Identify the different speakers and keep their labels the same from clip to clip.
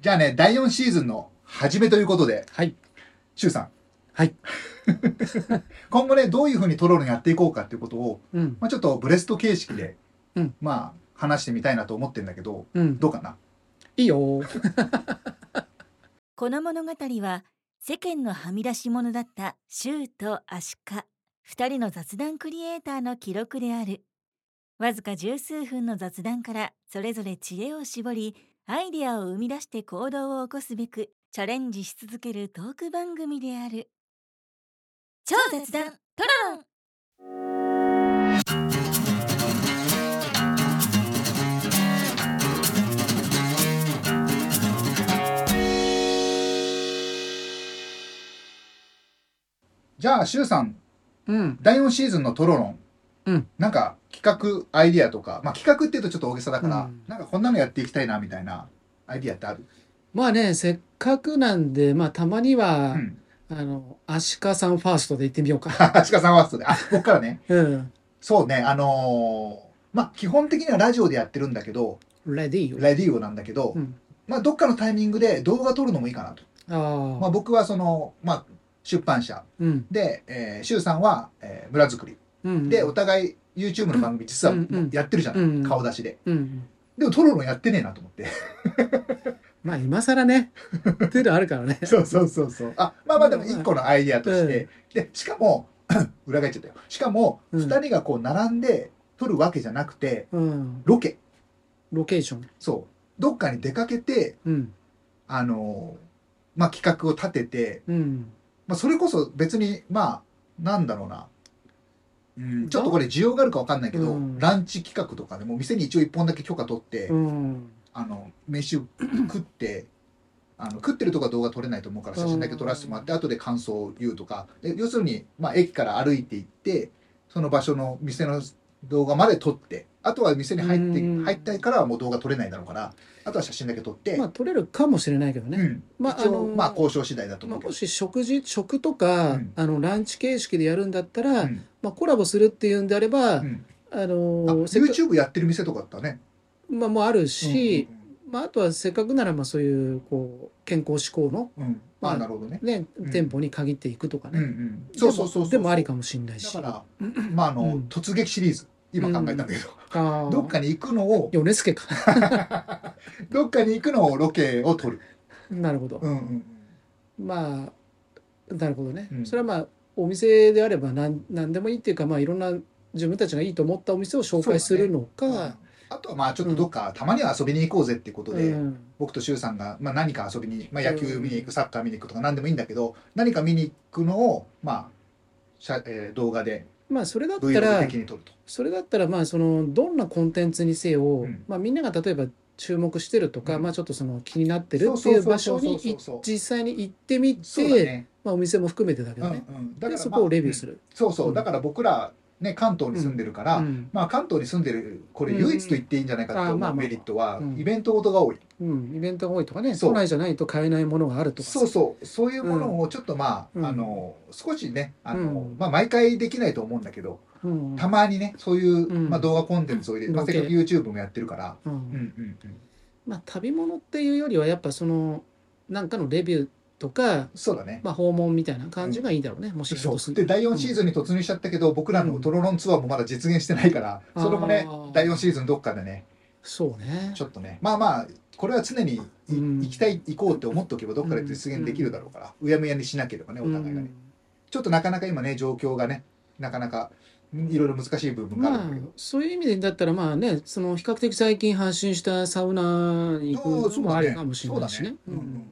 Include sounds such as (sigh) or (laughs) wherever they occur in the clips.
Speaker 1: じゃあね、第4シーズンの初めということで、
Speaker 2: はい。
Speaker 1: シュウさん。
Speaker 2: はい。
Speaker 1: (laughs) 今後ね、どういうふうにトロールにやっていこうかっていうことを、
Speaker 2: うん。
Speaker 1: まあ、ちょっとブレスト形式で、
Speaker 2: うん
Speaker 1: まあ、話してみたいなと思ってんだけど、
Speaker 2: うん。
Speaker 1: どうかない
Speaker 2: いよー。
Speaker 3: この物語は世間のはみ出し者だったシューとアシカ2人の雑談クリエイターの記録であるわずか十数分の雑談からそれぞれ知恵を絞りアイデアを生み出して行動を起こすべくチャレンジし続けるトーク番組である超雑談トロロン
Speaker 1: じゃあ、シュウさん、
Speaker 2: うん。
Speaker 1: 第4シーズンのトロロン、
Speaker 2: うん
Speaker 1: なんか企画、アイディアとか、まあ、企画っていうとちょっと大げさだから、
Speaker 2: うん
Speaker 1: なんかこんなのやっていきたいなみたいなアイディアってある、
Speaker 2: まあね、せっかくなんで、まあたまに
Speaker 1: う
Speaker 2: は、
Speaker 1: ん、 (laughs)
Speaker 2: あの、アシカさんファーストで行ってみようか。
Speaker 1: あ鹿さんはそれあ僕からね
Speaker 2: うん。
Speaker 1: そうねあのーまあ基本的にはラジオでやってるんだけど
Speaker 2: レディーよ。
Speaker 1: ラディオなんだけど、
Speaker 2: うん。
Speaker 1: まあどっかのタイミングで動画撮るのもいいかなと、
Speaker 2: ああ。
Speaker 1: まあ、僕はその、まあ、出版社
Speaker 2: うん。
Speaker 1: で、えー、シュウさんは、えー村づくり
Speaker 2: うん。
Speaker 1: でお互い YouTube の番組実は
Speaker 2: うんうん
Speaker 1: やってるじゃない、
Speaker 2: うん
Speaker 1: 顔出しで
Speaker 2: うん。
Speaker 1: でもトロロンやってねえなと思って
Speaker 2: (laughs) まあ今更ね、っていうのあるか
Speaker 1: (laughs)
Speaker 2: らね。
Speaker 1: そうそうそうそうあまあまあでも一個のアイディアとして、でしかも (laughs) 裏返っちゃったよしかも
Speaker 2: うん
Speaker 1: 2人がこう並んで撮るわけじゃなくて
Speaker 2: うん。
Speaker 1: ロケ
Speaker 2: ロケーション。
Speaker 1: そうどっかに出かけて
Speaker 2: うん。
Speaker 1: あのまあ、企画を立てて、
Speaker 2: うん。
Speaker 1: まあ、それこそ別にまあなんだろうな、うん、ちょっとこれ需要があるかわかんないけど、
Speaker 2: うん
Speaker 1: ランチ企画とかでもう店に一応1本だけ許可取って、
Speaker 2: うん。
Speaker 1: あの飯を食ってあの食ってるとか動画撮れないと思うから写真だけ撮らせてもらって、後で感想を言うとかで要するに、まあ、駅から歩いて行ってその場所の店の動画まで撮ってあとは店に入って、
Speaker 2: うん
Speaker 1: 入ったからはもう動画撮れないだろうからあとは写真だけ撮って。
Speaker 2: まあ取れるかもしれないけど
Speaker 1: う
Speaker 2: ね。
Speaker 1: ん
Speaker 2: まあ
Speaker 1: 一応、
Speaker 2: あの
Speaker 1: まあ交渉次第だと思
Speaker 2: まあ
Speaker 1: うけ
Speaker 2: も
Speaker 1: ど、
Speaker 2: し食事、食とか
Speaker 1: うん、
Speaker 2: あの、ランチ形式でやるんだったら
Speaker 1: う、ん
Speaker 2: まあコラボするっていうんであれば、
Speaker 1: うん
Speaker 2: あ
Speaker 1: あ
Speaker 2: の、せっか
Speaker 1: YouTube やってる店とかだったね。
Speaker 2: まあ、もあるし、
Speaker 1: うん
Speaker 2: まあ、あとはせっかくならまあそういうこう健康志向の、
Speaker 1: うんうん、うんまあなるほどね。
Speaker 2: ね
Speaker 1: うん
Speaker 2: 店舗に限っていくとか
Speaker 1: うんう
Speaker 2: ね、
Speaker 1: ん、そうそうそうそう
Speaker 2: でもでもありかもしれない
Speaker 1: だ
Speaker 2: し
Speaker 1: から、まああの、
Speaker 2: うん
Speaker 1: 突撃シリーズ今考えたんだけど、
Speaker 2: あ
Speaker 1: どっかに行くのを
Speaker 2: ヨネスケか
Speaker 1: どっかに行くのをロケを撮る。
Speaker 2: なるほど、
Speaker 1: うんうんうん
Speaker 2: まあなるほどね、
Speaker 1: うん
Speaker 2: それはまあお店であればなん何でもいいっていうかまあいろんな自分たちがいいと思ったお店を紹介するのか
Speaker 1: うんあとはまあちょっとどっか、たまには遊びに行こうぜっていうことで、
Speaker 2: うん
Speaker 1: 僕と周さんが、まあ、何か遊びに、まあ、野球見に行く、サッカー見に行くとか何でもいいんだけど何か見に行くのを、まあしゃえー動画で
Speaker 2: まあそれだった
Speaker 1: Vlog
Speaker 2: ら
Speaker 1: 的に撮ると。
Speaker 2: それだったらまあそのどんなコンテンツにせよ、
Speaker 1: ん
Speaker 2: まあ、みんなが例えば注目してるとか、
Speaker 1: うん
Speaker 2: まあ、ちょっとその気になってる
Speaker 1: そう
Speaker 2: って
Speaker 1: そう
Speaker 2: い
Speaker 1: そう
Speaker 2: う
Speaker 1: そう
Speaker 2: 場所にい
Speaker 1: そうそうそう
Speaker 2: 実際に行ってみ
Speaker 1: そ
Speaker 2: て、
Speaker 1: うだね。
Speaker 2: まあ、お店も含めてだけ
Speaker 1: う
Speaker 2: ど
Speaker 1: ん
Speaker 2: ね、
Speaker 1: うん、だか
Speaker 2: で
Speaker 1: ら
Speaker 2: そこをレビューす
Speaker 1: る、
Speaker 2: る。
Speaker 1: そうそううんだから僕ら、ね、関東に住んでるから、
Speaker 2: うん
Speaker 1: まあ、関東に住んでるこれ
Speaker 2: うん
Speaker 1: 唯一と言っていいんじゃないかと
Speaker 2: あま
Speaker 1: 思
Speaker 2: あ
Speaker 1: う
Speaker 2: まあ
Speaker 1: メリットは、
Speaker 2: うん
Speaker 1: イベントごとが多い、
Speaker 2: うんイベントが多いとかね
Speaker 1: そう
Speaker 2: 都内じゃないと買えないものがあるとか
Speaker 1: そうそうそういうものをちょっとまあ,、
Speaker 2: うん
Speaker 1: あの少しねあの、
Speaker 2: うん
Speaker 1: まあ、毎回できないと思うんだけど
Speaker 2: うん
Speaker 1: たまにねそういう、
Speaker 2: うん
Speaker 1: まあ、動画コンテンツを入れて、まあ、
Speaker 2: ロケ
Speaker 1: せっかく YouTube もやってるから、
Speaker 2: うん
Speaker 1: うんうんうん、
Speaker 2: まあ、旅物っていうよりはやっぱそのなんかのレビューとか、
Speaker 1: そうだね。
Speaker 2: まあ、訪問みたいな感じがいいだろうね、もし
Speaker 1: そ
Speaker 2: そう
Speaker 1: うで第4シーズンに突入しちゃったけど、僕らのトロロンツアーもまだ実現してないから、
Speaker 2: うん
Speaker 1: それもね
Speaker 2: あー
Speaker 1: 第4シーズンどっかでね
Speaker 2: そうね
Speaker 1: ちょっとねまあまあこれは常にい
Speaker 2: うん
Speaker 1: 行きたい行こうって思っとけばどっかで実現できるだろうから、うやむやにしなければねお互いがね、ちょっとなかなか今ね状況がねなかなかんいろいろ難しい部
Speaker 2: う
Speaker 1: 分
Speaker 2: ん
Speaker 1: がある
Speaker 2: まあ
Speaker 1: んだけど、
Speaker 2: そういう意味でだったらまあねその比較的最近発信したサウナに行くのもありかもしれないしね。
Speaker 1: そうだね、
Speaker 2: うん
Speaker 1: うんうんうん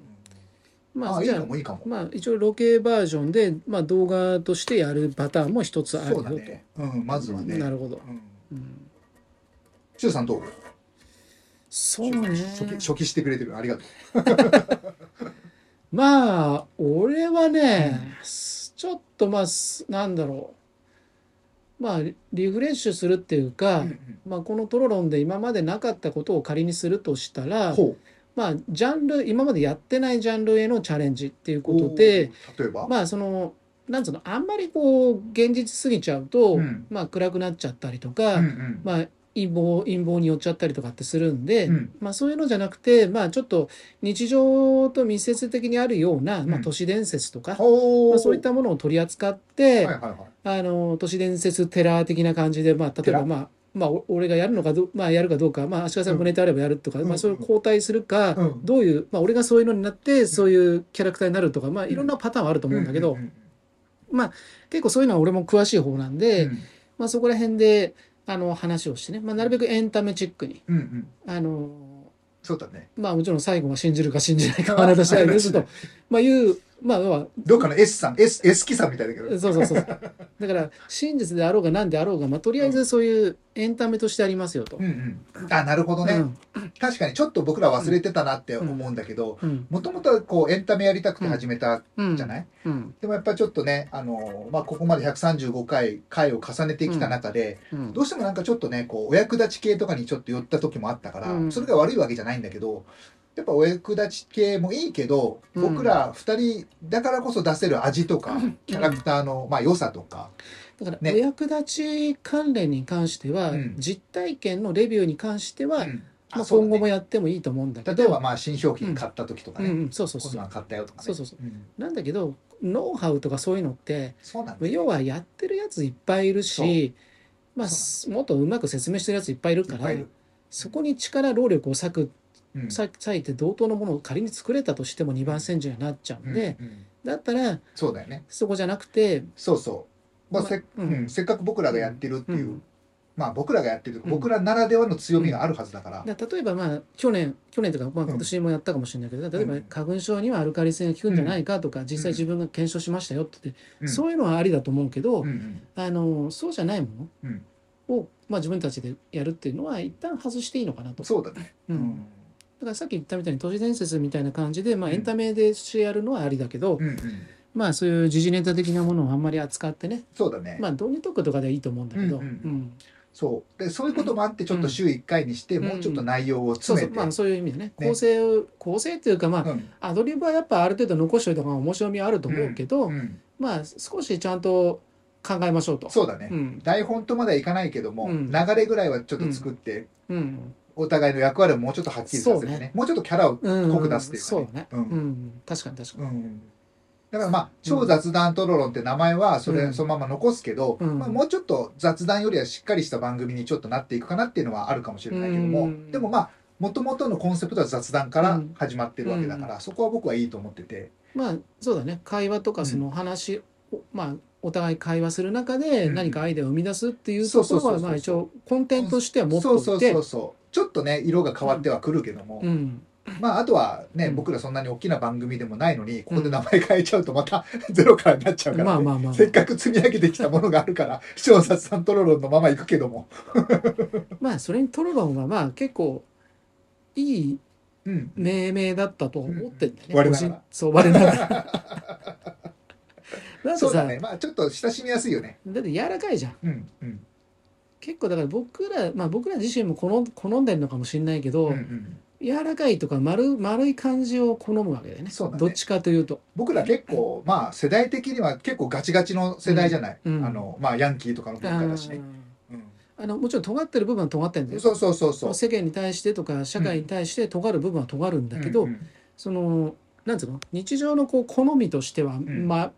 Speaker 2: ま
Speaker 1: あ
Speaker 2: あ
Speaker 1: いい
Speaker 2: じゃ
Speaker 1: か
Speaker 2: あ
Speaker 1: もいいかも、
Speaker 2: まあ一応ロケバージョンで、まあ、動画としてやるパターンも一つある
Speaker 1: そ
Speaker 2: よ
Speaker 1: うだ
Speaker 2: と。
Speaker 1: ねうんまずはね
Speaker 2: なるほど。
Speaker 1: うん
Speaker 2: うん
Speaker 1: 周さんどう
Speaker 2: そうね。
Speaker 1: 初期初期してくれてるありがとう
Speaker 2: まあ、俺はね、すちょっとまあ、すなんだろう。まあ、リリフレッシュするっていうか、
Speaker 1: うんうん
Speaker 2: まあ、このトロロンで今までなかったことを仮にするとしたら、
Speaker 1: ほ
Speaker 2: まあ、ジャンル、今までやってないジャンルへのチャレンジっていう
Speaker 1: う
Speaker 2: ことで、
Speaker 1: おー例えば、
Speaker 2: まあ、その、なんつうの、あんまりこう、現実すぎちゃうと、
Speaker 1: うん
Speaker 2: まあ、暗くなっちゃったりとか、
Speaker 1: うんうん
Speaker 2: まあ、陰謀陰謀に寄っちゃったりとかってするんで、
Speaker 1: うん
Speaker 2: まあ、そういうのじゃなくて、まあ、ちょっと日常と密接的にあるような、ま
Speaker 1: う
Speaker 2: あ、
Speaker 1: ん
Speaker 2: 都市伝説とか、
Speaker 1: ほ
Speaker 2: ま
Speaker 1: ー
Speaker 2: あ、そういったものを取り扱って、
Speaker 1: はいはいはい
Speaker 2: あの都市伝説テラー的な感じで、まあ、例え
Speaker 1: テ
Speaker 2: ば、
Speaker 1: ラ
Speaker 2: まあまあ、お俺がやるのかど、まあ、やるかどうか、まあ、足利さんがネタあればやるとか、
Speaker 1: うん
Speaker 2: まあ、それを交代するか、
Speaker 1: うん
Speaker 2: どういう、まあ、俺がそういうのになってそういうキャラクターになるとか、まあ、いろんなパターンはあると思うんだけど、
Speaker 1: ううん
Speaker 2: 結構そういうのは俺も詳しい方なんで、
Speaker 1: うん
Speaker 2: まあ、そこら辺であの話をしてね、まあ、なるべくエンタメチックに。
Speaker 1: うんうん
Speaker 2: あの
Speaker 1: そうだね
Speaker 2: まあもちろん最後は信じるか信じないかはあなた次第ですとまあいうまあ要は
Speaker 1: どっかの S さん S, S 木さんみたいだけど
Speaker 2: そうそうそうだから真実であろうが何であろうが、まあ、とりあえずそういうエンタメとしてありますよと。
Speaker 1: うんうんあなるほどね、
Speaker 2: うん
Speaker 1: 確かにちょっと僕ら忘れてたなって思うんだけど
Speaker 2: うん
Speaker 1: もともとこうエンタメやりたくて始めた
Speaker 2: うん
Speaker 1: じゃない、
Speaker 2: うん
Speaker 1: でもやっぱりちょっとね、あのまあ、ここまで135回回を重ねてきた中で、
Speaker 2: うん
Speaker 1: どうしてもなんかちょっとねこうお役立ち系とかにちょっと寄った時もあったから、
Speaker 2: うん
Speaker 1: それが悪いわけじゃないんだけどやっぱお役立ち系もいいけど
Speaker 2: うん
Speaker 1: 僕ら2人だからこそ出せる味とか、キャラクターの、まあ、良さとか、
Speaker 2: だからお
Speaker 1: ね
Speaker 2: 役立ち関連に関しては、
Speaker 1: うん
Speaker 2: 実体験のレビューに関しては、
Speaker 1: うんあ
Speaker 2: まあ、
Speaker 1: そうだ
Speaker 2: 今
Speaker 1: ね
Speaker 2: 後もやってもいいと思うんだけど
Speaker 1: 例えばまあ新商品買った時とか
Speaker 2: う
Speaker 1: ね、
Speaker 2: んうん、そうそう
Speaker 1: こ
Speaker 2: そ
Speaker 1: んな
Speaker 2: うん
Speaker 1: 買ったよとかね
Speaker 2: そうそうそ
Speaker 1: ん
Speaker 2: なんだけどノウハウとかそういうのって
Speaker 1: そうなんだよ
Speaker 2: 要はやってるやついっぱいいるし、まあ、
Speaker 1: そ
Speaker 2: もっとうまく説明してるやついっぱいいる
Speaker 1: い
Speaker 2: か
Speaker 1: っぱ
Speaker 2: ら
Speaker 1: いいる、
Speaker 2: そこに力労力を割く
Speaker 1: うん
Speaker 2: 割割いて同等のものを仮に作れたとしても2番煎じにはなっちゃうんで、
Speaker 1: うんうん
Speaker 2: だったら
Speaker 1: そうだよね
Speaker 2: そこじゃなくて、
Speaker 1: そうそう、まあ
Speaker 2: まあ
Speaker 1: せっ
Speaker 2: うん
Speaker 1: うんせっかく僕らがやってるっていう、
Speaker 2: うん
Speaker 1: まあ僕らがやってるとか
Speaker 2: うん
Speaker 1: 僕らならではの強みがあるはずだから、
Speaker 2: だから例えばまあ去年去年とかまあ今年もやったかもしれないけど、例えば
Speaker 1: うん
Speaker 2: 花粉症にはアルカリ性が効くんじゃないかとか、実際自分が検証しましたよって言って、
Speaker 1: うん
Speaker 2: そういうのはありだと思うけど、
Speaker 1: うんうん
Speaker 2: あのそうじゃないも
Speaker 1: うん
Speaker 2: のを、まあ、自分たちでやるっていうのは一旦外していいのかなと。
Speaker 1: そうだね、
Speaker 2: うんだからさっき言ったみたいに都市伝説みたいな感じで、まあ、エンタメでしてやるのはありだけど、
Speaker 1: うんうん
Speaker 2: まあそういう時事ネタ的なものをあんまり扱ってね
Speaker 1: そうだね、
Speaker 2: まあ導入トークとかでいいと思うんだけど、
Speaker 1: う
Speaker 2: うんん
Speaker 1: うそうでそういうこともあってちょっと週1回にして、
Speaker 2: うん
Speaker 1: もうちょっと内容を
Speaker 2: そ
Speaker 1: 詰
Speaker 2: うそ
Speaker 1: め
Speaker 2: う
Speaker 1: て
Speaker 2: まあそういう意味でね
Speaker 1: ね
Speaker 2: 構成を構成っていうかまあ、
Speaker 1: うん
Speaker 2: アドリブはやっぱある程度残しておいた方が面白みはあると思うけど、
Speaker 1: うん
Speaker 2: まあ少しちゃんと考えましょうと。
Speaker 1: そうだね、
Speaker 2: うん
Speaker 1: 台本とまではいかないけども、
Speaker 2: うん
Speaker 1: 流れぐらいはちょっと作って、
Speaker 2: うん
Speaker 1: お互いの役割をもうちょっとはっきりさせてね
Speaker 2: そうね
Speaker 1: もうちょっとキャラを
Speaker 2: うん
Speaker 1: 濃く出すっていうか
Speaker 2: そ
Speaker 1: ね
Speaker 2: うだね、
Speaker 1: う
Speaker 2: うんん確かに確かに、
Speaker 1: うんだからまあ超雑談トロロンって名前はそれ
Speaker 2: うん
Speaker 1: そのまま残すけど、
Speaker 2: うん
Speaker 1: まあ、もうちょっと雑談よりはしっかりした番組にちょっとなっていくかなっていうのはあるかもしれないけども、
Speaker 2: うん
Speaker 1: でもまあもともとのコンセプトは雑談から始まってるわけだから、そこは僕はいいと思ってて、
Speaker 2: まあそうだね会話とかその話、をまあお互い会話する中で
Speaker 1: うん
Speaker 2: 何かアイデアを生み出すっていう
Speaker 1: そう
Speaker 2: と
Speaker 1: そ
Speaker 2: こ
Speaker 1: うそ
Speaker 2: ろ
Speaker 1: うそう
Speaker 2: はまあ一応コンテンツとしては持って
Speaker 1: そ
Speaker 2: お
Speaker 1: う
Speaker 2: いて
Speaker 1: そうそうそうちょっとね色が変わってはくるけども、
Speaker 2: うん
Speaker 1: まああとはね、
Speaker 2: うん
Speaker 1: 僕らそんなに大きな番組でもないのにここで名前変えちゃうとまた (laughs) ゼロからになっちゃうから、ね
Speaker 2: まあまあまあ
Speaker 1: せっかく積み上げてきたものがある
Speaker 2: (laughs)
Speaker 1: から超雑談トロロンのまま行くけども、
Speaker 2: まあそれにトロロンはまあ結構いい
Speaker 1: うん、
Speaker 2: 命名だったと思ってんだ
Speaker 1: うん我
Speaker 2: よね。
Speaker 1: ながら
Speaker 2: 個人そう我な
Speaker 1: (laughs)
Speaker 2: がら。だって
Speaker 1: そうだ
Speaker 2: さ、
Speaker 1: ねまあちょっと親しみやすいよね
Speaker 2: だって柔らかいじゃん。
Speaker 1: うんうん
Speaker 2: 結構だから僕ら、まあ僕ら自身も好ん好んでるのかもしれないけど、
Speaker 1: うんうん
Speaker 2: 柔らかいとか丸丸い感じを好むわけだよね。
Speaker 1: そうだね
Speaker 2: どっちかというと。
Speaker 1: 僕ら結構まあ世代的には結構ガチガチの世代じゃない、
Speaker 2: うんうん
Speaker 1: あのまあヤンキーとかの文化だし
Speaker 2: あー
Speaker 1: ね、うん
Speaker 2: あのもちろん尖ってる部分は尖ってるんだよ。
Speaker 1: そうそうそうそう
Speaker 2: 世間に対してとか社会に対して尖る部分は尖るんだけど、
Speaker 1: うんうん
Speaker 2: そのなんつうの日常のこう好みとしては、
Speaker 1: ん
Speaker 2: ま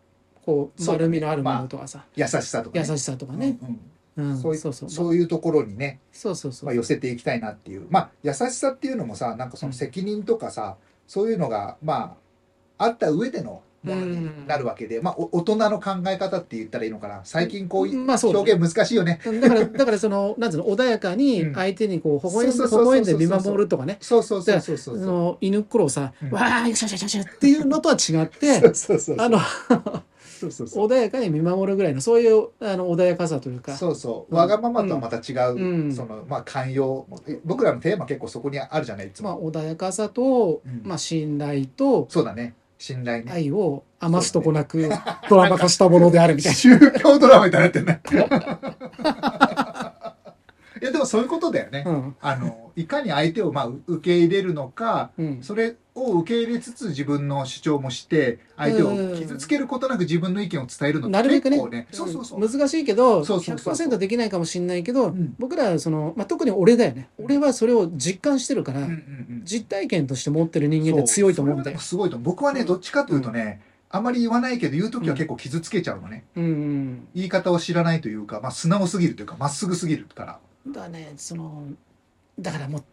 Speaker 2: こう
Speaker 1: そうだね
Speaker 2: 丸みのあるものとかさ、
Speaker 1: 優しさとか、
Speaker 2: 優
Speaker 1: ね、
Speaker 2: しさとかね、
Speaker 1: うんうん
Speaker 2: うん
Speaker 1: そうい
Speaker 2: そうそう
Speaker 1: そういうところにね、
Speaker 2: そうそうそう
Speaker 1: まあ、寄せていきたいなっていうまあ優しさっていうのもさなんかその責任とかさ、そういうのがまああった上でのものになるわけで、まあお大人の考え方って言ったらいいのかな最近こういう
Speaker 2: まあそうだ
Speaker 1: 表
Speaker 2: ね
Speaker 1: 現難しいよね、
Speaker 2: だからだからそのなんつうの穏やか
Speaker 1: うん
Speaker 2: に相手にこう微笑んで
Speaker 1: そうそうそ
Speaker 2: 微
Speaker 1: うそう
Speaker 2: 笑んで見守るとかね
Speaker 1: そうそうそうそうそ
Speaker 2: そう
Speaker 1: そう
Speaker 2: の犬っころをさ、
Speaker 1: うん
Speaker 2: わあよしよしよしよしっていうのとは違って
Speaker 1: そうそうそう
Speaker 2: あの
Speaker 1: そうそうそう
Speaker 2: 穏やかに見守るぐらいのそういうあの穏やかさというか
Speaker 1: そうそう、
Speaker 2: うん
Speaker 1: わがままとはまた違う、
Speaker 2: うん
Speaker 1: そのまあ寛容え僕らのテーマ結構そこにあるじゃないいつ
Speaker 2: ま
Speaker 1: も、
Speaker 2: あ、穏やかさと、
Speaker 1: うん
Speaker 2: まあ、信頼と
Speaker 1: そうだね信頼ね、
Speaker 2: 愛を余すとこなくドラマ化したものであるみたいな。
Speaker 1: (laughs) 宗教ドラマみたいになってんねいやでもそういうことだよね、
Speaker 2: うん
Speaker 1: あのいかに相手をまあう受け入れるのか
Speaker 2: うん
Speaker 1: それを受け入れつつ自分の主張もして相手を傷つけることなく自分の意見を伝えるの
Speaker 2: なるべくね
Speaker 1: 結構ねそうそうそう、
Speaker 2: 難しいけど
Speaker 1: そうそうそうそう
Speaker 2: 100%できないかもしれないけど、
Speaker 1: うん
Speaker 2: 僕らはその、まあ、特に俺だよね俺はそれを実感してるから、
Speaker 1: うんうんうん
Speaker 2: 実体験として持ってる人間って強いと思うん
Speaker 1: そ
Speaker 2: だ
Speaker 1: れ
Speaker 2: よ
Speaker 1: は。すごいと思う僕はね
Speaker 2: うん
Speaker 1: どっちかというとね、あまり言わないけど言う時は結構傷つけちゃうのね、
Speaker 2: うん
Speaker 1: 言い方を知らないというか、まあ、素直すぎるというかまっすぐすぎるから
Speaker 2: うん、だねそのだからも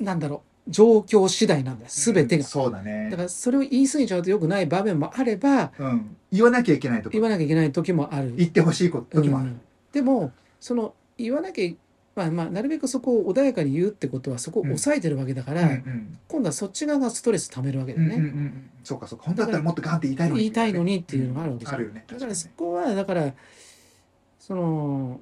Speaker 2: うなんだろう状況次第なんだよ全て
Speaker 1: うん
Speaker 2: が。
Speaker 1: そうだね
Speaker 2: だからそれを言い過ぎちゃうと良くない場面もあれば
Speaker 1: うん、言わなきゃいけないとこ
Speaker 2: 言わなきゃいけない時もある。
Speaker 1: 言ってほしいこと時もある、
Speaker 2: うんでもその言わなきゃいまあまあなるべくそこを穏やかに言うってことはそこを抑えてるわけだから、
Speaker 1: うんうん
Speaker 2: 今度はそっち側がストレス溜めるわけだ
Speaker 1: う
Speaker 2: よ
Speaker 1: んうんう
Speaker 2: ね。
Speaker 1: んそうかそうか本当だったらもっとガンって言いたいのに
Speaker 2: 言いたいのにっていうのがあるわけじゃん
Speaker 1: あるよね
Speaker 2: だからそ
Speaker 1: 確
Speaker 2: こはだからその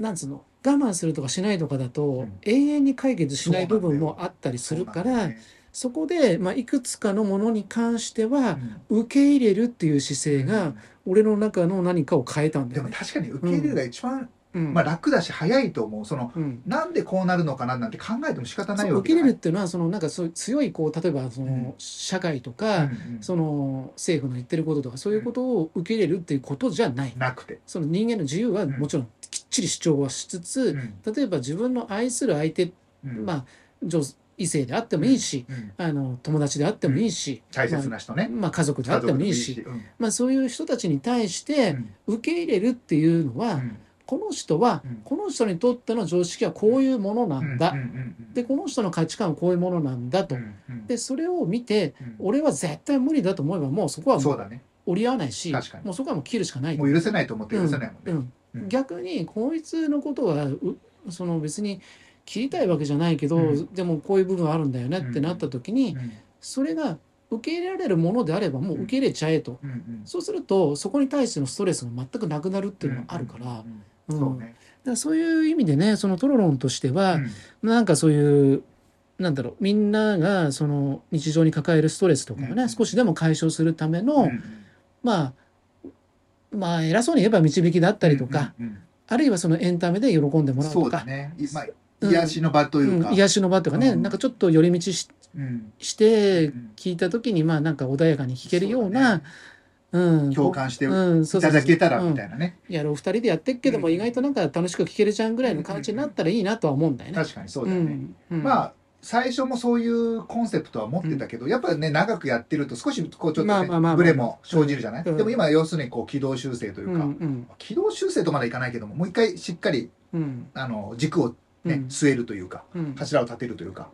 Speaker 2: なんつうの我慢するとかしないとかだと、
Speaker 1: ん
Speaker 2: 永遠に解決しない
Speaker 1: そう
Speaker 2: 部
Speaker 1: なんだよ
Speaker 2: 分もあったりするか
Speaker 1: そうなん
Speaker 2: ら
Speaker 1: だよね
Speaker 2: そこで、まあ、いくつかのものに関しては、受け入れるっていう姿
Speaker 1: う
Speaker 2: 勢が
Speaker 1: ん
Speaker 2: 俺の中の何かを変えたん
Speaker 1: で
Speaker 2: だよ
Speaker 1: も
Speaker 2: ね。
Speaker 1: 確かに受け入れるが一番、
Speaker 2: うん
Speaker 1: まあ、楽だし早いと思うその
Speaker 2: うん
Speaker 1: なんでこうなるのかななんて考えても仕方ない
Speaker 2: そう
Speaker 1: わ
Speaker 2: 受
Speaker 1: け
Speaker 2: け
Speaker 1: じ
Speaker 2: 入
Speaker 1: ゃな
Speaker 2: れる
Speaker 1: い
Speaker 2: っていうのはそのなんかそう強いこう例えばその、
Speaker 1: うん
Speaker 2: 社会とか、
Speaker 1: うんうん
Speaker 2: その政府の言ってることとかそういうことを受け入れるっていうことじゃない、
Speaker 1: なくて、
Speaker 2: その人間の自由はもちろんきっちり主張はしつつ、例えば自分の愛する相手、ま
Speaker 1: あ
Speaker 2: あ女異性であってもいいし、あの友達であってもいいし、
Speaker 1: 大切な人ね、
Speaker 2: まあ、家族であってもいいし
Speaker 1: 家族でもいいし
Speaker 2: まあ、そういう人たちに対し
Speaker 1: う
Speaker 2: て
Speaker 1: ん
Speaker 2: 受け入れるっていうのは、
Speaker 1: うん
Speaker 2: この人は、
Speaker 1: うん
Speaker 2: この人にとっての常識はこういうものなんだ、
Speaker 1: うんうん
Speaker 2: でこの人の価値観はこういうものなんだと。
Speaker 1: うんうん
Speaker 2: でそれを見て
Speaker 1: うん
Speaker 2: 俺は絶対無理だと思えばもうそこはも
Speaker 1: そう
Speaker 2: う
Speaker 1: だね
Speaker 2: 折り合わないし
Speaker 1: 確かに
Speaker 2: もうそこはもう切るしかない
Speaker 1: もう許せないと思って許せないもんね、
Speaker 2: うん
Speaker 1: うん
Speaker 2: 逆にこいつのことはうその別に切りたいわけじゃないけど、
Speaker 1: うん
Speaker 2: でもこういう部分あるんだよねってなった時に、
Speaker 1: うん
Speaker 2: それが受け入れられるものであればもう受け入れちゃえと、
Speaker 1: うんうん
Speaker 2: そうするとそこに対してのストレスが全くなくなるっていうのがあるから,、
Speaker 1: うん
Speaker 2: う
Speaker 1: うん
Speaker 2: ん
Speaker 1: そう
Speaker 2: だか
Speaker 1: ね、
Speaker 2: らそういう意味でねそのトロロンとしては、なんかそういうなんだろうみんながその日常に抱えるストレスとかをね、
Speaker 1: うん
Speaker 2: 少しでも解消するための、
Speaker 1: うん
Speaker 2: まあまあ偉そうに言えば導きだったりとか、、
Speaker 1: うんうん
Speaker 2: あるいはそのエンタメで喜んでもらうとか
Speaker 1: そうだね、いまあ、
Speaker 2: うん
Speaker 1: 癒しの場というか、
Speaker 2: うん、癒しの場とかね、
Speaker 1: うん
Speaker 2: なんかちょっと寄り道し
Speaker 1: うん
Speaker 2: して
Speaker 1: うん
Speaker 2: 聞いた時にまあなんか穏やかに聞けるよう
Speaker 1: そ
Speaker 2: な
Speaker 1: だね
Speaker 2: うん
Speaker 1: 共感してい
Speaker 2: うんそう
Speaker 1: た
Speaker 2: そうそう
Speaker 1: だけたらみた
Speaker 2: うん
Speaker 1: いなね、
Speaker 2: いやろう二人でやってっけども、
Speaker 1: うん
Speaker 2: 意外となんか楽しく聞けるじゃんぐらいの感じになったらいいなとは思うんだよね。
Speaker 1: 確かにそうだよね、
Speaker 2: うんうん
Speaker 1: まあ最初もそういうコンセプトは持ってたけど、やっぱりね長くやってると少しこうちょっ
Speaker 2: まあ
Speaker 1: と
Speaker 2: まあまあまあ
Speaker 1: ねブレも生じるじゃない、
Speaker 2: うん
Speaker 1: でも今要するにこう軌道修正といううんか、
Speaker 2: うん
Speaker 1: 軌道修正とまでいかないけどももう一回しっかり
Speaker 2: うん
Speaker 1: あの軸を、
Speaker 2: う
Speaker 1: ね
Speaker 2: ん
Speaker 1: 据えるというか
Speaker 2: うん
Speaker 1: 柱を立てるというか、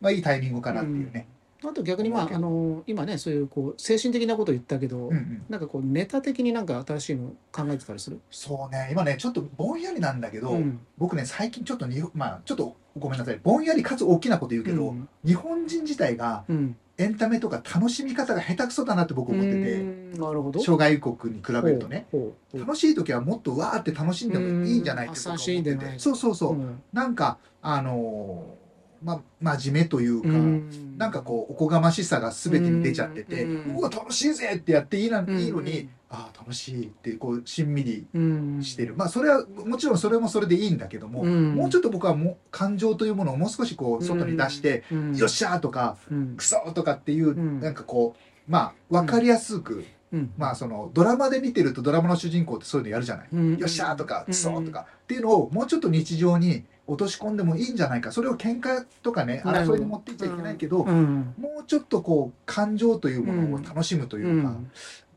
Speaker 1: まあ、いいタイミングかなっていうね。
Speaker 2: あと逆にまああの今ねそういうこう精神的なこと言ったけど、
Speaker 1: うんうん
Speaker 2: なんかこうネタ的になんか新しいの考えてたりする。
Speaker 1: そうね今ねちょっとぼんやりなんだけど、
Speaker 2: ん、
Speaker 1: 僕ね最近ちょっとにまあちょっとごめんなさいぼんやりかつ大きなこと言うけど、
Speaker 2: うん
Speaker 1: 日本人自体が
Speaker 2: うん、
Speaker 1: エンタメとか楽しみ方が下手くそだなって僕思って
Speaker 2: う
Speaker 1: て
Speaker 2: んなるほど。
Speaker 1: 諸外国に比べるとね
Speaker 2: ほう。ほう
Speaker 1: 楽しい時はもっとわーって楽しんでもいいんじゃないって僕は思って
Speaker 2: うん
Speaker 1: て
Speaker 2: あ楽しんでない
Speaker 1: そうそうそう、
Speaker 2: うん
Speaker 1: なんかあのーま真面目というか、
Speaker 2: うん
Speaker 1: なんかこうおこがましさが全てに出ちゃってて
Speaker 2: うんう
Speaker 1: 「
Speaker 2: ん
Speaker 1: うわ楽しいぜ!」ってやっていいな、
Speaker 2: うん
Speaker 1: いいのに「ああ楽しい」ってこうしんみり
Speaker 2: うん
Speaker 1: してる、まあそれはもちろんそれもそれでいいんだけども、
Speaker 2: うん
Speaker 1: もうちょっと僕はもう感情というものをもう少しこう外に出して
Speaker 2: う
Speaker 1: 「
Speaker 2: ん
Speaker 1: よっしゃ!」とか
Speaker 2: うん
Speaker 1: 「くそ!」とかっていう、
Speaker 2: ん
Speaker 1: なんかこうまあ分かりやすく、
Speaker 2: うん
Speaker 1: まあそのドラマで見てるとドラマの主人公ってそういうのやるじゃない。
Speaker 2: うん
Speaker 1: よっしゃーとか、
Speaker 2: うん
Speaker 1: くそーとか、っていうのをもうちょっと日常に落とし込んでもいいんじゃないか。それを喧嘩とかね、
Speaker 2: なるほ
Speaker 1: 争
Speaker 2: ど
Speaker 1: いに持っていっちゃいけないけど、
Speaker 2: うん
Speaker 1: もうちょっとこう、感情というものを楽しむと
Speaker 2: う
Speaker 1: いうか、
Speaker 2: ん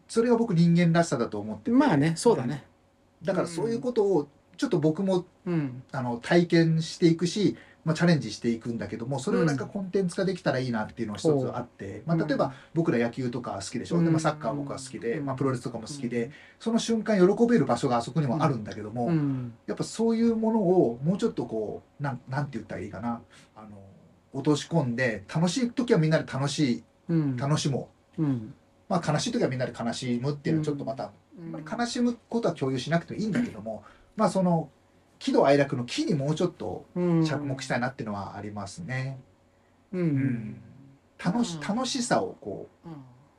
Speaker 1: それが僕人間らしさだと思ってて
Speaker 2: まあねそうだ。ね
Speaker 1: だからそういうことを、ちょっと僕も、
Speaker 2: うん
Speaker 1: あの、体験していくし、まあ、チャレンジしていくんだけどもそれをなんかコンテンツ化できたらいいなっていうのが一つあって、まあ、例えば僕ら野球とか好きでしょ、でまあサッカー僕は好きで、まあ、プロレスとかも好きで、その瞬間喜べる場所があそこにもあるんだけども、
Speaker 2: うん
Speaker 1: やっぱそういうものをもうちょっとこうなんなんて言ったらいいかなあの落とし込んで楽しい時はみんなで楽し
Speaker 2: うん
Speaker 1: い楽しもう、
Speaker 2: うん
Speaker 1: まあ、悲しい時はみんなで悲しむっていうのはちょっとまた、あんまり悲しむことは共有しなくてもいいんだけども、まあその喜怒哀楽の喜にもうちょっと
Speaker 2: うん
Speaker 1: 着目したいなっていうのはありますね。
Speaker 2: うん
Speaker 1: うん楽し
Speaker 2: うん
Speaker 1: 楽しさをこ
Speaker 2: うん
Speaker 1: う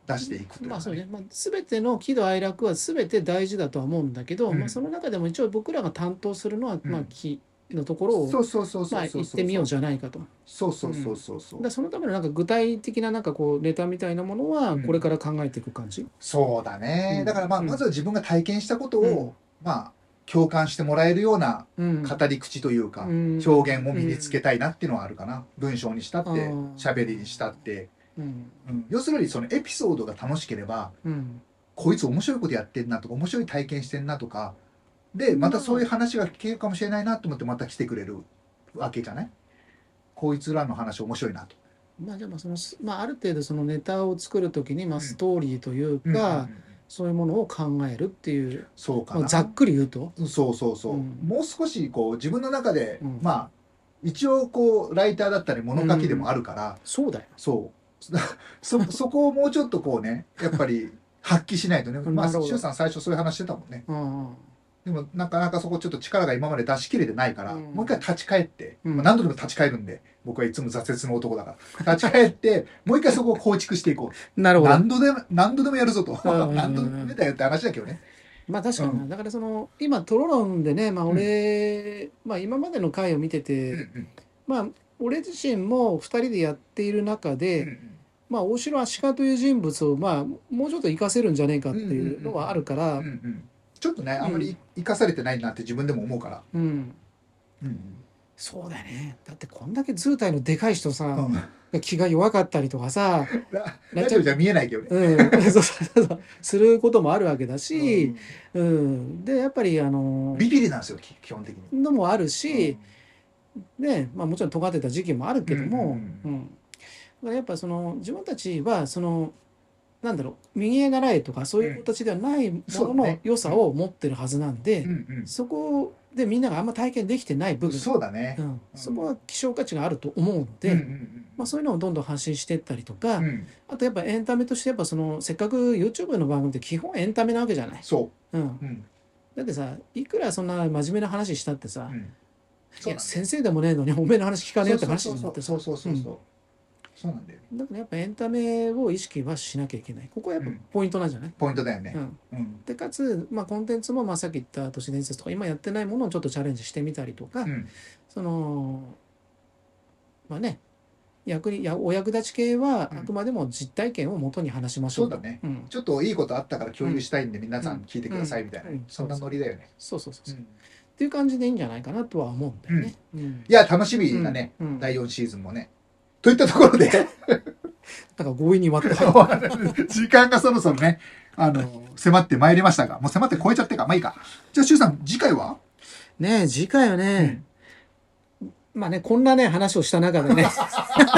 Speaker 1: 出していくという
Speaker 2: まあ
Speaker 1: か
Speaker 2: そう
Speaker 1: ね
Speaker 2: ね、まあ、全ての喜怒哀楽は全て大事だとは思うんだけど、
Speaker 1: うん
Speaker 2: まあ、その中でも一応僕らが担当するのは、まあ、
Speaker 1: うん
Speaker 2: 喜のところを
Speaker 1: そうそうそう
Speaker 2: ま
Speaker 1: そ
Speaker 2: あ
Speaker 1: うそう
Speaker 2: 行ってみようじゃないかと。
Speaker 1: そうそうそうそうそう、
Speaker 2: だからそのためのなんか具体的ななんかこうネタみたいなものは
Speaker 1: うん
Speaker 2: これから考えていく感じ。
Speaker 1: そうだね、
Speaker 2: うん
Speaker 1: だからまあ
Speaker 2: うん
Speaker 1: まずは自分が体験したことを、
Speaker 2: うん
Speaker 1: まあ共感してもらえるような
Speaker 2: うん。
Speaker 1: 語り口というか、
Speaker 2: うん
Speaker 1: 表現を身につけたいなっていうのはあるかな、文章にしたって
Speaker 2: あー
Speaker 1: 喋りにしたって、
Speaker 2: うん
Speaker 1: うん要するにそのエピソードが楽しければ
Speaker 2: うん
Speaker 1: こいつ面白いことやってんなとか面白い体験してんなとかでまたそういう話が聞けるかもしれないなと思ってまた来てくれるわけじゃないこいつらの話面白いなと。
Speaker 2: まあでもそのすまあある程度そのネタを作るときにま
Speaker 1: う
Speaker 2: あ
Speaker 1: ん
Speaker 2: ストーリーという
Speaker 1: うん
Speaker 2: かそういうものを考えるっていう
Speaker 1: そうか
Speaker 2: まあ
Speaker 1: な。
Speaker 2: ざっくり言うと。
Speaker 1: そうそうそう、
Speaker 2: うん
Speaker 1: もう少しこう自分の中で、
Speaker 2: うん
Speaker 1: まあ一応こうライターだったり物書きでもあるから、
Speaker 2: そうだよ。
Speaker 1: そう (laughs) そそこをもうちょっとこうねやっぱり発揮しないとねまあ
Speaker 2: (laughs) なるほど
Speaker 1: 周さん最初そういう話してたもんね
Speaker 2: うんうん
Speaker 1: でもなかなかそこちょっと力が今まで出し切れてないから、
Speaker 2: うん
Speaker 1: もう一回立ち返って、
Speaker 2: うん
Speaker 1: まあ、何度でも立ち返るんで僕はいつも挫折の男だ
Speaker 2: (laughs)
Speaker 1: から立ち返ってもう一回そこを構築していこう
Speaker 2: なるほど。
Speaker 1: 何度でも何度でもやるぞと
Speaker 2: うんうんうん
Speaker 1: 何度でだよって話だけどね
Speaker 2: まあ確かにな、
Speaker 1: う
Speaker 2: だからその今トロロンでね、まあ、俺、まあ今までの回を見てて、まあ俺自身も2人でやっている中で、まあ大城アシカという人物をまあもうちょっと活かせるんじゃねえかっていうのはあるから、
Speaker 1: うんうんちょっとねあんまり生かされてないなって自分でも思うから、
Speaker 2: うんそうだよねだってこんだけ図体のでかい人さ、
Speaker 1: うん (laughs)
Speaker 2: 気が弱かったりとかさ、
Speaker 1: ララジオじゃ見えないけどね、
Speaker 2: うん、
Speaker 1: (laughs)
Speaker 2: そうそうそうすることもあるわけだし、
Speaker 1: う
Speaker 2: うんでやっぱりあの
Speaker 1: んビビりなんですよき基本的に。
Speaker 2: のもあるし、
Speaker 1: うん
Speaker 2: ねまあ、もちろん尖ってた時期もあるけども、
Speaker 1: う
Speaker 2: うんだからやっぱその自分たちはそのなんだろう右へ習えとかそういう形ではないも
Speaker 1: そうだ
Speaker 2: のの
Speaker 1: ね
Speaker 2: 良さを持ってるはずなんで、
Speaker 1: うん
Speaker 2: そこでみんながあんま体験できてない部
Speaker 1: うん、
Speaker 2: 分、
Speaker 1: そうだね
Speaker 2: う。ん、そこは希少価値があると思うので、
Speaker 1: うんうん
Speaker 2: まあ、そういうのをどんどん発信していったりとか、
Speaker 1: うんうん、
Speaker 2: あとやっぱエンタメとしてやっぱそのせっかく YouTube の番組って基本エンタメなわけじゃない、
Speaker 1: そ
Speaker 2: うん、
Speaker 1: う、うん
Speaker 2: だってさいくらそんな真面目な話したって
Speaker 1: う
Speaker 2: さ、
Speaker 1: ん、
Speaker 2: い
Speaker 1: そうな
Speaker 2: や
Speaker 1: んだ
Speaker 2: 先生でもねえのにおめえの話聞かねえよって話
Speaker 1: そう
Speaker 2: にな
Speaker 1: そ
Speaker 2: っ
Speaker 1: う
Speaker 2: てさ
Speaker 1: そうそうそうそう、そうなんだよ。
Speaker 2: だからやっぱエンタメを意識はしなきゃいけないここはやっぱ
Speaker 1: うん
Speaker 2: ポイントなんじゃない、
Speaker 1: ポイントだよ
Speaker 2: う
Speaker 1: ね。
Speaker 2: ん、
Speaker 1: うん、
Speaker 2: でかつ、まあ、コンテンツも、まあ、さっき言った都市伝説とか今やってないものをちょっとチャレンジしてみたりとか、
Speaker 1: うん、
Speaker 2: そのまあね役にいやお役立ち系は
Speaker 1: うん
Speaker 2: あくまでも実体験をもとに話しましょうと
Speaker 1: そうだね
Speaker 2: うん、
Speaker 1: ちょっといいことあったから共有したいんで、皆さん聞いてくださいみたいな、
Speaker 2: うんうん
Speaker 1: そんなノリだよね。
Speaker 2: そうそうそう
Speaker 1: う
Speaker 2: そう、
Speaker 1: ん
Speaker 2: っていう感じでいいんじゃないかなとは思うんだよね、うん
Speaker 1: いや楽しみだね、
Speaker 2: うんうん
Speaker 1: 第4シーズンもね。といったところ (laughs) で
Speaker 2: だから強引に割
Speaker 1: (laughs)
Speaker 2: った
Speaker 1: 時間がそろそろねあの迫ってまいりましたがもう迫って超えちゃってかまあいいかじゃあ周さん次回は
Speaker 2: ねえ次回はね、まあねこんなね話をした
Speaker 1: (laughs)
Speaker 2: 中でね (laughs)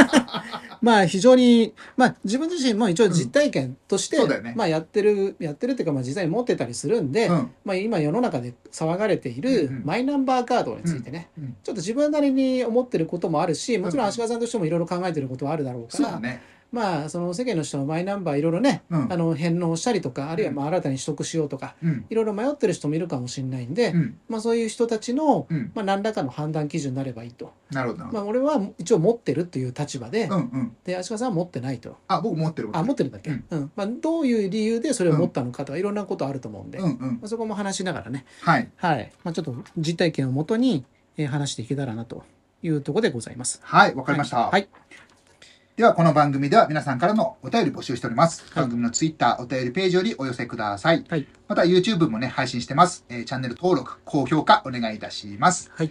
Speaker 2: まあ非常にまあ自分自身も一応実体験として、
Speaker 1: うんそうだよね
Speaker 2: まあやってるやってるっていうかまあ実際に持ってたりするんで、
Speaker 1: うん
Speaker 2: まあ今世の中で騒がれている
Speaker 1: うんうん
Speaker 2: マイナンバーカードについてね、
Speaker 1: うんうん
Speaker 2: ちょっと自分なりに思ってることもあるしもちろ
Speaker 1: うんん
Speaker 2: 足利さんとしてもいろいろ考えてることはあるだろうか
Speaker 1: そう
Speaker 2: ら、
Speaker 1: だね
Speaker 2: まあその世間の人のマイナンバーいろいろね、
Speaker 1: うん
Speaker 2: あの返納したりとかあるいはまあ新たに取得しようとか
Speaker 1: うん
Speaker 2: いろいろ迷ってる人もいるかもしれないんで、
Speaker 1: うん
Speaker 2: まあ、そういう人たちの、
Speaker 1: うん
Speaker 2: まあ、何らかの判断基準になればいいと、
Speaker 1: なるほどなるほ
Speaker 2: まあ、俺は一応持ってるという立場で、
Speaker 1: どうんうん
Speaker 2: で足利さんは持ってないと
Speaker 1: あ僕持ってる
Speaker 2: あ持ってるんだっけ、
Speaker 1: う
Speaker 2: うんんまあ、どういう理由でそれを持ったのかとかいろんなことあると思うんで、
Speaker 1: うんうん
Speaker 2: まあ、そこも話しながらね
Speaker 1: はい
Speaker 2: はい、まあ、ちょっと実体験をもとに、えー話していけたらなというところでございます。
Speaker 1: はいわかりました、
Speaker 2: はいはい
Speaker 1: ではこの番組では皆さんからのお便り募集しております、番組のツイッターお便りページよりお寄せください、
Speaker 2: はい
Speaker 1: また YouTube もね配信してます、えーチャンネル登録高評価お願いいたします
Speaker 2: はい、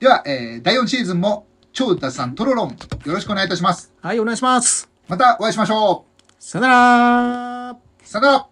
Speaker 1: では、えー第4シーズンも超脱さんトロロンよろしくお願いいたします
Speaker 2: はい、お願いします。
Speaker 1: またお会いしましょ
Speaker 2: さよなら
Speaker 1: うさよなら